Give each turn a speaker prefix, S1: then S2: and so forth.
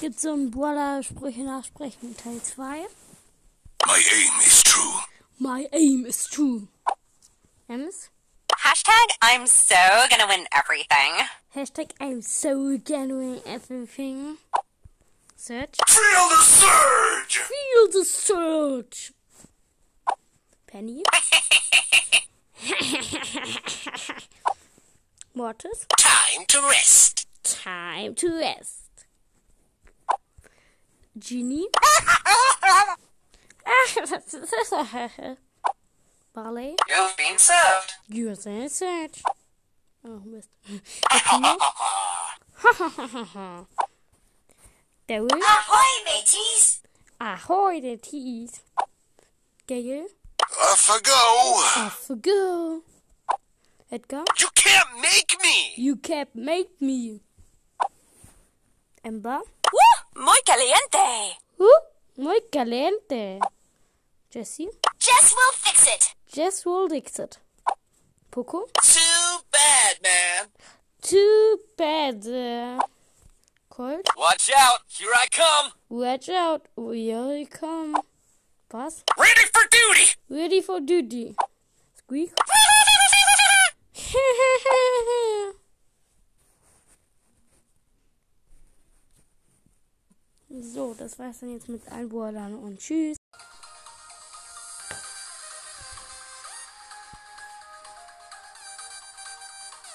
S1: gibt so ein Boiler-Sprüche nachsprechen, Teil 2.
S2: My aim is true.
S1: My aim is true. Ems?
S3: Hashtag I'm so gonna win everything.
S1: Hashtag I'm so genuine everything. Search.
S2: Feel the surge!
S1: Feel the search. Penny. Mortis.
S2: Time to rest.
S1: Time to rest. Genie. Barley.
S3: You've been served.
S1: You're the search. Oh, Mist. Latino. Daryl.
S3: Ahoy, mateys!
S1: Ahoy, the teeth. Gale.
S2: Off I go.
S1: Off we go. Edgar.
S2: You can't make me!
S1: You can't make me. Ember.
S3: Woo! Muy caliente!
S1: Uh, muy caliente. Jesse.
S3: Jess will fix it!
S1: Jess will fix it. Poco.
S2: Too bad, man.
S1: Too bad. uh, Colt.
S2: Watch out, here I come.
S1: Watch out. Here I come. Buzz.
S2: Ready for duty!
S1: Ready for duty. Squeak. so, das war's dann jetzt mit allen Bordern und tschüss.